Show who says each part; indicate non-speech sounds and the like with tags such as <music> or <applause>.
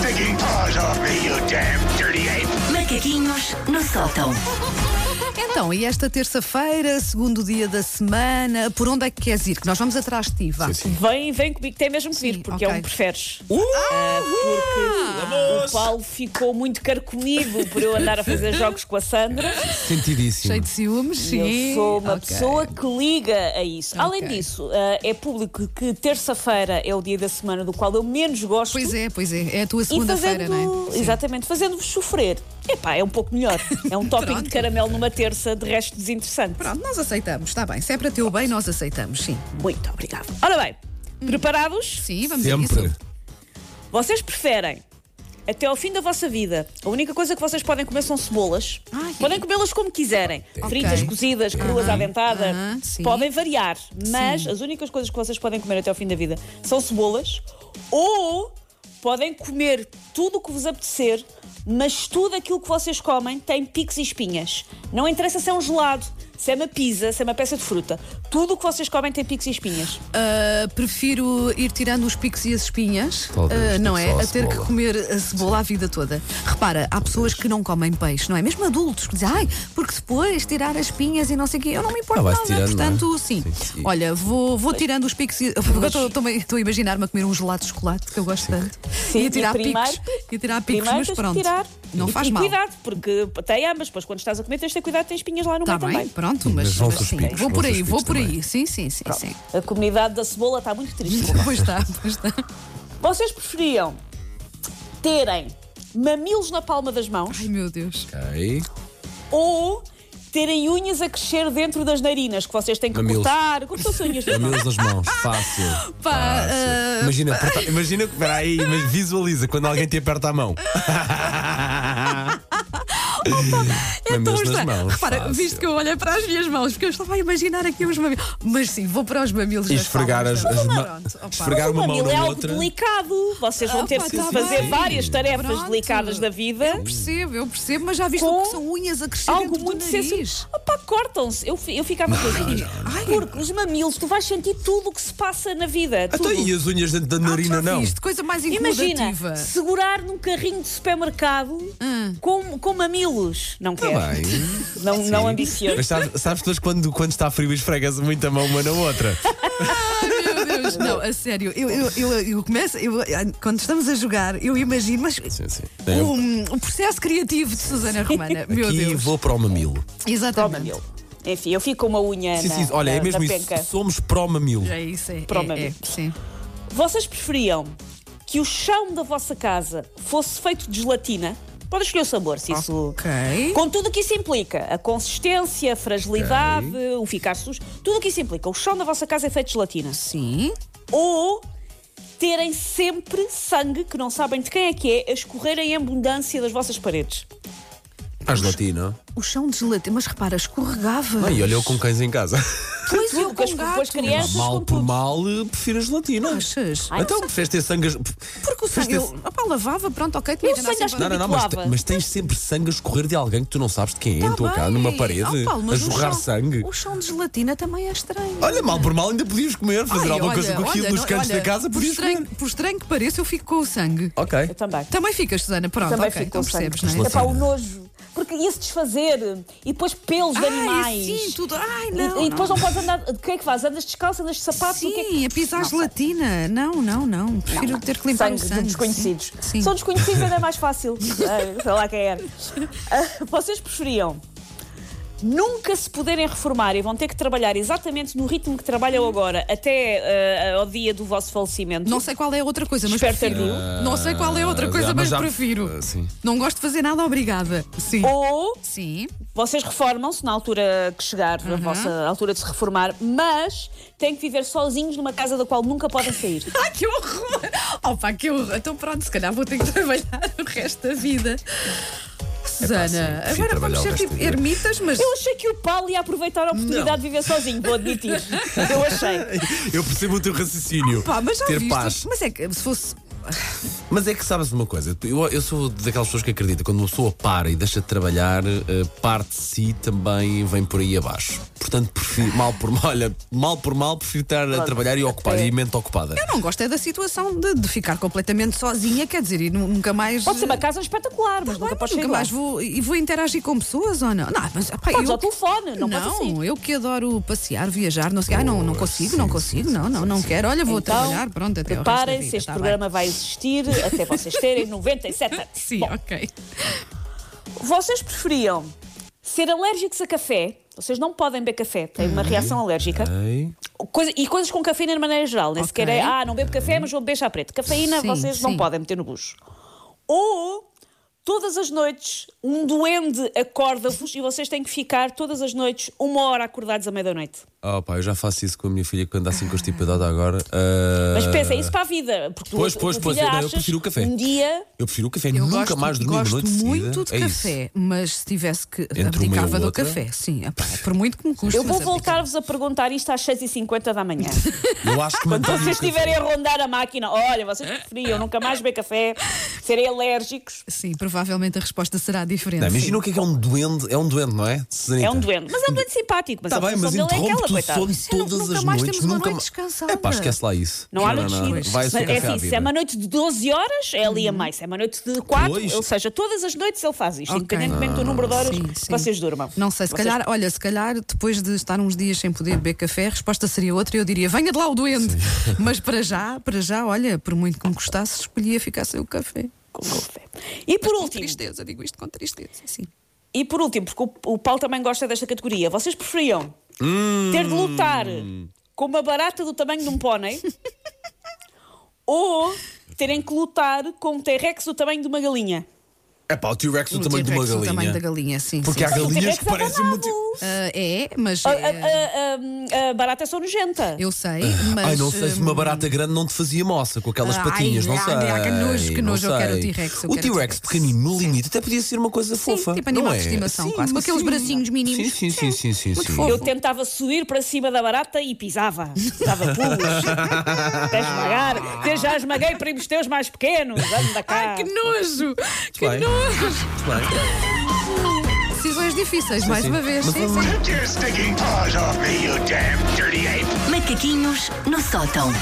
Speaker 1: taking paws off me, you damn dirty ape!
Speaker 2: Macaquinhos no sótão.
Speaker 3: Então, e esta terça-feira, segundo dia da semana, por onde é que queres ir? Que nós vamos atrás de ti, vá.
Speaker 4: Vem, vem comigo, tem mesmo que vir, porque é
Speaker 3: ok.
Speaker 4: um preferes. Ah, porque o Paulo ficou muito carcomido por eu andar a fazer jogos com a Sandra.
Speaker 5: Sentidíssimo.
Speaker 3: Cheio de ciúmes,
Speaker 4: E
Speaker 3: sim.
Speaker 4: Eu sou uma
Speaker 3: Ok.
Speaker 4: pessoa que liga a isso. Além disso, ah, é público que terça-feira é o dia da semana do qual eu menos gosto.
Speaker 3: Pois é, pois é. É a tua
Speaker 4: E
Speaker 3: segunda-feira,
Speaker 4: fazendo,
Speaker 3: não é? Sim.
Speaker 4: exatamente, fazendo-vos sofrer. Epá, é um pouco melhor.
Speaker 3: <laughs>
Speaker 4: É um tópico
Speaker 3: Pronto.
Speaker 4: de caramelo numa terça, de resto desinteressante.
Speaker 3: Pronto, nós aceitamos, está bem. Se é para teu bem, nós aceitamos, sim.
Speaker 4: Muito obrigada. Ora bem,
Speaker 3: Hum.
Speaker 4: preparados?
Speaker 3: Sim, vamos a isso.
Speaker 5: Sempre.
Speaker 4: Vocês preferem, até ao fim da vossa vida, a única coisa que vocês podem comer são cebolas.
Speaker 3: Ai.
Speaker 4: podem comê-las como quiserem. Fritas, cozidas, cruas à dentada.
Speaker 3: aham, sim.
Speaker 4: podem variar. Mas as únicas coisas que vocês podem comer até ao fim da vida são cebolas. Ou podem comer tudo o que vos apetecer, mas tudo aquilo que vocês comem tem picos e espinhas. Não interessa se é um gelado, se é uma pizza, se é uma peça de fruta. Tudo o que vocês comem tem picos e espinhas.
Speaker 3: Ah, prefiro ir tirando os picos e as espinhas,
Speaker 5: Talvez,
Speaker 3: ah,
Speaker 5: tipo
Speaker 3: não
Speaker 5: só
Speaker 3: é?
Speaker 5: a
Speaker 3: A ter que
Speaker 5: cebola.
Speaker 3: comer a cebola a vida toda. Repara, há pessoas que não comem peixe, não é? Mesmo adultos que dizem, ai, porque depois tirar as espinhas e não sei o quê, eu não me importo
Speaker 5: Ah, vai-se
Speaker 3: nada.
Speaker 5: tirando, não é?
Speaker 3: Portanto, sim.
Speaker 5: Sim, sim.
Speaker 3: Olha, vou, vou tirando os picos e. <laughs> Porque eu estou- estou- estou a imaginar-me a comer um gelado de chocolate, que eu gosto tanto.
Speaker 4: Sim,
Speaker 3: e a tirar
Speaker 4: e primeiro-
Speaker 3: picos. E a tirar picos,
Speaker 4: Primeiro
Speaker 3: mas
Speaker 4: tens
Speaker 3: pronto.
Speaker 4: que tirar.
Speaker 3: Não
Speaker 4: e,
Speaker 3: faz
Speaker 4: e
Speaker 3: mal.
Speaker 4: cuidado, porque tem ambas. Pois quando estás a comer tens de ter cuidado, tem espinhas lá no
Speaker 3: Está
Speaker 4: meio
Speaker 3: Tá bem,
Speaker 4: também.
Speaker 3: pronto, mas,
Speaker 5: vão
Speaker 3: mas
Speaker 5: com os
Speaker 3: sim.
Speaker 5: picos,
Speaker 3: vou
Speaker 5: vão
Speaker 3: por
Speaker 5: com os
Speaker 3: aí, vou
Speaker 5: picos
Speaker 3: por aí.
Speaker 5: também.
Speaker 3: Sim, sim, sim, sim.
Speaker 4: A comunidade da cebola está muito triste.
Speaker 3: Pois está, pois tá. está.
Speaker 4: Vocês preferiam terem mamilos na palma das mãos
Speaker 3: Ai meu Deus.
Speaker 5: Ok.
Speaker 4: ou terem unhas a crescer dentro das narinas que vocês têm que
Speaker 5: Mamilos.
Speaker 4: cortar? Cortam-se unhas das mãos.
Speaker 5: Camelos nas mãos. Fácil.
Speaker 3: Pá,
Speaker 5: Fácil.
Speaker 3: ah,
Speaker 5: Imagina, apertar- imagina, espera aí, mas visualiza quando alguém te aperta a mão.
Speaker 3: É tão
Speaker 5: Mamilos nas
Speaker 3: estranho.
Speaker 5: mãos,
Speaker 3: Repara,
Speaker 5: fácil.
Speaker 3: visto que eu olhei para as minhas mãos, porque eu estava a imaginar aqui os mamilos. Mas sim, vou para os mamilos
Speaker 5: E
Speaker 3: das
Speaker 5: esfregar
Speaker 3: palmas
Speaker 5: as,
Speaker 3: da
Speaker 5: as
Speaker 3: mão.
Speaker 5: ma-
Speaker 3: Pronto, opa.
Speaker 5: esfregar
Speaker 4: O
Speaker 5: uma mão
Speaker 4: mamilo é
Speaker 5: na
Speaker 4: algo
Speaker 5: outra.
Speaker 4: delicado. Vocês vão
Speaker 3: Ah,
Speaker 4: ter
Speaker 3: pá,
Speaker 4: que
Speaker 3: tá
Speaker 4: fazer
Speaker 3: bem.
Speaker 4: várias tarefas
Speaker 3: Pronto.
Speaker 4: delicadas da vida.
Speaker 3: Eu percebo, eu percebo, mas já viste
Speaker 4: Com
Speaker 3: o que são unhas a crescer
Speaker 4: Algo
Speaker 3: dentro
Speaker 4: muito
Speaker 3: do nariz?
Speaker 4: sensível. Opa, cortam-se. Eu, fi- eu ficava com os
Speaker 3: Ai.
Speaker 4: Porque os mamilos, tu vais sentir tudo o que se passa na vida.
Speaker 5: Então,
Speaker 4: tudo.
Speaker 5: e é as unhas dentro da
Speaker 3: Ah, tu já
Speaker 5: narina, não?
Speaker 3: Viste, coisa mais
Speaker 4: Imagina,
Speaker 5: <laughs>
Speaker 3: incomodativa.
Speaker 4: segurar num carrinho de supermercado
Speaker 3: Hum.
Speaker 4: com, com mamilos. Não quero.
Speaker 5: Está Tá bem.
Speaker 4: Não,
Speaker 3: É
Speaker 4: não
Speaker 3: um
Speaker 5: Mas
Speaker 4: ambiciono.
Speaker 5: sabes, sabes depois quando, quando está frio e esfregas muito a mão uma na outra?
Speaker 3: Ai, meu Deus. Não, a sério, eu, eu, eu, eu começo, eu- ah, quando estamos a jogar, eu imagino, mas
Speaker 5: Sim, sim.
Speaker 3: o, o processo criativo de Susana Romana, meu
Speaker 5: Aqui
Speaker 3: Deus.
Speaker 5: vou para o mamilo.
Speaker 4: Pro
Speaker 3: Exatamente.
Speaker 4: mamilo. Enfim, eu fico com uma unha
Speaker 5: Sim,
Speaker 4: na,
Speaker 5: sim, olha,
Speaker 4: na,
Speaker 5: é mesmo
Speaker 4: na
Speaker 5: isso.
Speaker 4: penca.
Speaker 5: Somos pró-mamilo.
Speaker 3: É isso, é.
Speaker 4: Pro
Speaker 3: é,
Speaker 4: mamilo.
Speaker 3: é, sim.
Speaker 4: Vocês preferiam que o chão da vossa casa fosse feito de gelatina? Podem escolher o sabor, se isso.
Speaker 3: Ok.
Speaker 4: Com tudo o que isso implica, a consistência, a fragilidade, o ficar sujo, tudo o que isso implica. O chão da vossa casa é feito de gelatina.
Speaker 3: Sim.
Speaker 4: ou terem sempre sangue que não sabem de quem é que é a escorrer em abundância das vossas paredes.
Speaker 5: A gelatina.
Speaker 3: O chão de gelatina, mas repara, escorregava.
Speaker 5: Ah, e olha eu com cães em casa.
Speaker 3: Pois
Speaker 4: Tudo,
Speaker 3: eu
Speaker 4: com as-
Speaker 3: com
Speaker 4: com as
Speaker 3: gatos.
Speaker 4: crianças. Essas
Speaker 5: mal
Speaker 4: com
Speaker 5: por
Speaker 4: tudo.
Speaker 5: mal, eh, prefiro a gelatina.
Speaker 3: Achas?
Speaker 4: Ai,
Speaker 5: então,
Speaker 4: não
Speaker 5: preferes ter sangue.
Speaker 3: Porque o sangue, eu opá, lavava, pronto, ok, tinha
Speaker 4: Eu
Speaker 3: que
Speaker 4: sei,
Speaker 3: andar
Speaker 4: acho
Speaker 3: sempre
Speaker 4: que
Speaker 5: Não, não, não, mas,
Speaker 4: habituava.
Speaker 5: mas tens sempre sangue a escorrer de alguém que tu não sabes de quem é em
Speaker 3: Tá
Speaker 5: tua
Speaker 3: bem.
Speaker 5: casa, numa
Speaker 3: Ah,
Speaker 5: parede,
Speaker 3: Paulo,
Speaker 5: a
Speaker 3: mas o
Speaker 5: jorrar
Speaker 3: chão-
Speaker 5: sangue.
Speaker 3: O chão de gelatina também é estranho.
Speaker 5: Olha, mal por mal ainda podias comer, fazer
Speaker 3: Ai,
Speaker 5: alguma coisa
Speaker 3: olha,
Speaker 5: com aquilo
Speaker 3: olha,
Speaker 5: nos
Speaker 3: não-
Speaker 5: cantos
Speaker 3: olha,
Speaker 5: da casa,
Speaker 3: por
Speaker 5: podias
Speaker 3: estranho,
Speaker 5: comer.
Speaker 3: por estranho que pareça, eu fico com o sangue.
Speaker 5: Ok.
Speaker 4: Eu também.
Speaker 3: Também ficas, Susana, pronto,
Speaker 4: também
Speaker 3: Tá, ok,
Speaker 4: fico com
Speaker 3: então percebes,
Speaker 4: sangue.
Speaker 3: não é?
Speaker 4: Epá, o nojo. Porque ia-se desfazer. E depois pelos de
Speaker 3: Ai,
Speaker 4: animais.
Speaker 3: sim, tudo. Ai,
Speaker 4: E-
Speaker 3: não.
Speaker 4: e, depois não. podes andar. O que é que faz? Andas descalço, andas de sapato? o que é que...
Speaker 3: Sim, a pisar
Speaker 4: Não sei.
Speaker 3: gelatina. Não, não, não. Prefiro ter que limpar
Speaker 4: sangue
Speaker 3: o
Speaker 4: de
Speaker 3: sangue.
Speaker 4: desconhecidos.
Speaker 3: Sim. Sim.
Speaker 4: São desconhecidos ainda é mais fácil.
Speaker 3: <laughs>
Speaker 4: Ah, Sei lá quem era. Ah, Vocês preferiam nunca se poderem reformar e vão ter que trabalhar exatamente no ritmo que trabalham agora até ah, ao dia do vosso falecimento?
Speaker 3: Não sei qual é a outra coisa, mas.
Speaker 4: Espero ter
Speaker 3: prefiro.
Speaker 4: dito.
Speaker 3: Não sei qual é a outra
Speaker 5: Ah,
Speaker 3: coisa,
Speaker 5: já-
Speaker 3: mas,
Speaker 5: mas já-
Speaker 3: prefiro.
Speaker 5: Ah, sim. <laughs>
Speaker 3: Não gosto de fazer nada, obrigada. Sim.
Speaker 4: Ou
Speaker 3: Sim.
Speaker 4: vocês reformam-se na altura que chegar,
Speaker 3: Uhum.
Speaker 4: na vossa altura de se reformar, mas têm que viver sozinhos numa casa da qual nunca podem sair.
Speaker 3: Ai, que horror! Opa, que horror! Então pronto, se calhar vou ter que trabalhar o resto da vida. Susana,
Speaker 5: sim,
Speaker 3: agora
Speaker 5: trabalhar
Speaker 3: vamos
Speaker 5: o
Speaker 3: ser
Speaker 5: resto
Speaker 3: tipo
Speaker 5: da vida.
Speaker 3: ermitas, mas.
Speaker 4: Eu achei que o Paulo ia aproveitar a oportunidade de viver sozinho,
Speaker 3: <laughs>
Speaker 4: vou admitir. Eu achei.
Speaker 5: Eu percebo o teu raciocínio.
Speaker 3: Pá, mas já
Speaker 5: Ter
Speaker 3: viste?
Speaker 5: paz.
Speaker 3: Mas é que se fosse.
Speaker 5: Mas é que sabes uma coisa, eu, eu sou daquelas pessoas que acreditam, quando uma pessoa para e deixa de trabalhar, eh, parte de si também vem por aí abaixo. Portanto, prefiro- mal por mal, <laughs> olha, mal por mal, prefiro estar a trabalhar e ocupado, e mente ocupada.
Speaker 3: Eu não gosto é da situação de, de ficar completamente sozinha, quer dizer, e nu- nunca mais.
Speaker 4: Pode ser uma casa espetacular, mas
Speaker 3: Claro,
Speaker 4: nunca podes
Speaker 3: Tá nunca
Speaker 4: chegar lá.
Speaker 3: mais vou, e vou interagir com pessoas ou não? Não, mas pá,
Speaker 4: Podes
Speaker 3: eu,
Speaker 4: ao telefone, não podes assim.
Speaker 3: eu que adoro passear, viajar, não sei. Ai, não, não consigo, não consigo, não, não, não quero. Olha, vou trabalhar, pronto, até ao resto da
Speaker 4: Então, preparem-se,
Speaker 3: vida,
Speaker 4: este
Speaker 3: tá bem.
Speaker 4: programa vai existir até vocês terem 97 anos.
Speaker 3: Sim,
Speaker 4: Bom,
Speaker 3: ok.
Speaker 4: Vocês preferiam ser alérgicos a café? Vocês não podem beber café, têm uma reação alérgica.
Speaker 5: Ei,
Speaker 4: Coisa- e coisas com cafeína de maneira geral, nem
Speaker 3: Ok.
Speaker 4: sequer é, ah, não bebo café, mas vou beber chá preto. Cafeína
Speaker 3: Sim,
Speaker 4: vocês não
Speaker 3: sim.
Speaker 4: podem meter no bucho. Ou todas as noites um duende acorda-vos e vocês têm que ficar todas as noites uma hora acordados à meia-noite.
Speaker 5: Oh pá, eu já faço isso com a minha filha quando anda assim constipada agora. Ah,
Speaker 4: Mas pensa, isso para a vida. Porque tu-
Speaker 5: Pois,
Speaker 4: tu-
Speaker 5: pois,
Speaker 4: tu
Speaker 5: pois,
Speaker 4: filha
Speaker 5: eu- eu
Speaker 4: achas
Speaker 5: prefiro o café.
Speaker 4: Um dia
Speaker 5: Eu prefiro o café,
Speaker 3: Eu
Speaker 5: nunca
Speaker 3: gosto,
Speaker 5: mais dormi
Speaker 3: gosto
Speaker 5: uma noite
Speaker 3: muito de
Speaker 5: seguida. É
Speaker 3: café,
Speaker 5: isso.
Speaker 3: mas se tivesse que
Speaker 5: uma e
Speaker 3: abdicava
Speaker 5: a
Speaker 3: do
Speaker 5: outra.
Speaker 3: café, sim, epá, por muito que me custe.
Speaker 4: Eu vou
Speaker 3: mas abdicava.
Speaker 4: voltar-vos a perguntar isto às 6h50 da
Speaker 3: <laughs>
Speaker 4: manhã.
Speaker 5: Eu acho que
Speaker 4: Quando
Speaker 5: mantenho
Speaker 4: vocês
Speaker 5: o café.
Speaker 4: estiverem a rondar a máquina, olha, vocês preferiam nunca mais beber café, serem alérgicos.
Speaker 3: Sim, provavelmente a resposta será diferente.
Speaker 5: Não,
Speaker 3: sim.
Speaker 5: imagina o que é que é um duende, é um duende, não é?
Speaker 3: Então.
Speaker 4: É um doente. Mas é um doente simpático, mas
Speaker 3: Tá
Speaker 5: Está
Speaker 4: a
Speaker 5: Tá
Speaker 4: função
Speaker 5: bem, mas
Speaker 4: dele é aquela,
Speaker 5: interrompe-te o
Speaker 4: coitado.
Speaker 5: sono
Speaker 3: Sim,
Speaker 5: todas
Speaker 3: nunca
Speaker 5: as
Speaker 3: mais
Speaker 5: noites.
Speaker 3: temos uma
Speaker 5: nunca
Speaker 3: noite
Speaker 5: ma-
Speaker 3: descansada.
Speaker 5: É pá, esquece lá isso.
Speaker 4: Não há noites seguidas.
Speaker 5: Vai ser
Speaker 4: Mas é
Speaker 5: café à
Speaker 4: assim, se é
Speaker 5: vida.
Speaker 4: uma noite de 12 horas, é ali a
Speaker 3: Uhum.
Speaker 4: mais. Se é uma noite de 4,
Speaker 5: Pois.
Speaker 4: ou seja, todas as noites ele faz isto,
Speaker 3: Ok. Ah,
Speaker 4: independentemente do número de horas
Speaker 3: Sim,
Speaker 4: que
Speaker 3: sim.
Speaker 4: vocês durmam.
Speaker 3: Não sei, se
Speaker 4: Vocês-
Speaker 3: calhar, olha, se calhar depois de estar uns dias sem poder beber café, a resposta seria outra e eu diria: venha de lá o doente. Mas para já, para já, olha, por muito que me custasse, escolhia ficar sem o café.
Speaker 4: Com café. E por
Speaker 3: Com
Speaker 4: último,
Speaker 3: tristeza, digo isto com tristeza. Sim.
Speaker 4: E por último, porque o, o Paulo também gosta desta categoria, vocês preferiam
Speaker 5: Hum.
Speaker 4: ter de lutar com uma barata do tamanho de um
Speaker 5: <laughs>
Speaker 4: pônei ou terem que lutar com um T-Rex do tamanho de uma galinha?
Speaker 5: É pá, o T-Rex do
Speaker 3: O
Speaker 5: tamanho de uma
Speaker 3: T-Rex, o tamanho da
Speaker 5: galinha.
Speaker 3: galinha, sim.
Speaker 5: Porque
Speaker 3: sim.
Speaker 5: há galinhas
Speaker 4: T-Rex
Speaker 5: que
Speaker 4: é
Speaker 5: parecem
Speaker 4: danado.
Speaker 5: muito.
Speaker 3: Ah, é, mas.
Speaker 4: A,
Speaker 3: eh,
Speaker 4: a- a- a- a barata é só nojenta.
Speaker 3: eu sei, mas.
Speaker 5: Ai, não sei se uma
Speaker 3: hum,
Speaker 5: barata grande não te fazia moça com aquelas
Speaker 3: Ai,
Speaker 5: patinhas, não
Speaker 3: ai,
Speaker 5: sei.
Speaker 3: ai, que nojo, que
Speaker 5: não
Speaker 3: nojo, eu quero
Speaker 5: sei.
Speaker 3: o T-Rex, eu
Speaker 5: O
Speaker 3: quero o T-Rex.
Speaker 5: T-Rex pequenino, no limite, até podia ser uma coisa
Speaker 3: Sim,
Speaker 5: fofa.
Speaker 3: tipo animal
Speaker 5: não é?
Speaker 3: de estimação,
Speaker 5: Sim,
Speaker 3: quase, com
Speaker 5: mas
Speaker 3: aqueles
Speaker 5: sim.
Speaker 3: bracinhos mínimos.
Speaker 5: Sim, sim, sim, sim, sim.
Speaker 3: Muito
Speaker 5: sim.
Speaker 3: fofo.
Speaker 4: Eu tentava subir para cima da barata e pisava. Dava
Speaker 5: <laughs>
Speaker 4: pulos. Até esmagar. Até já esmaguei primos teus mais pequenos. Anda cá.
Speaker 3: Ai, que nojo! Que
Speaker 5: bem.
Speaker 3: nojo!
Speaker 5: Muito bem.
Speaker 3: Decisões difíceil mais
Speaker 5: sim.
Speaker 3: uma vez.
Speaker 5: Mas
Speaker 3: Sim,
Speaker 5: vamos-
Speaker 3: sim.
Speaker 1: Take your sticking paws off me, you damn dirty ape!
Speaker 2: Macaquinhos no sótão.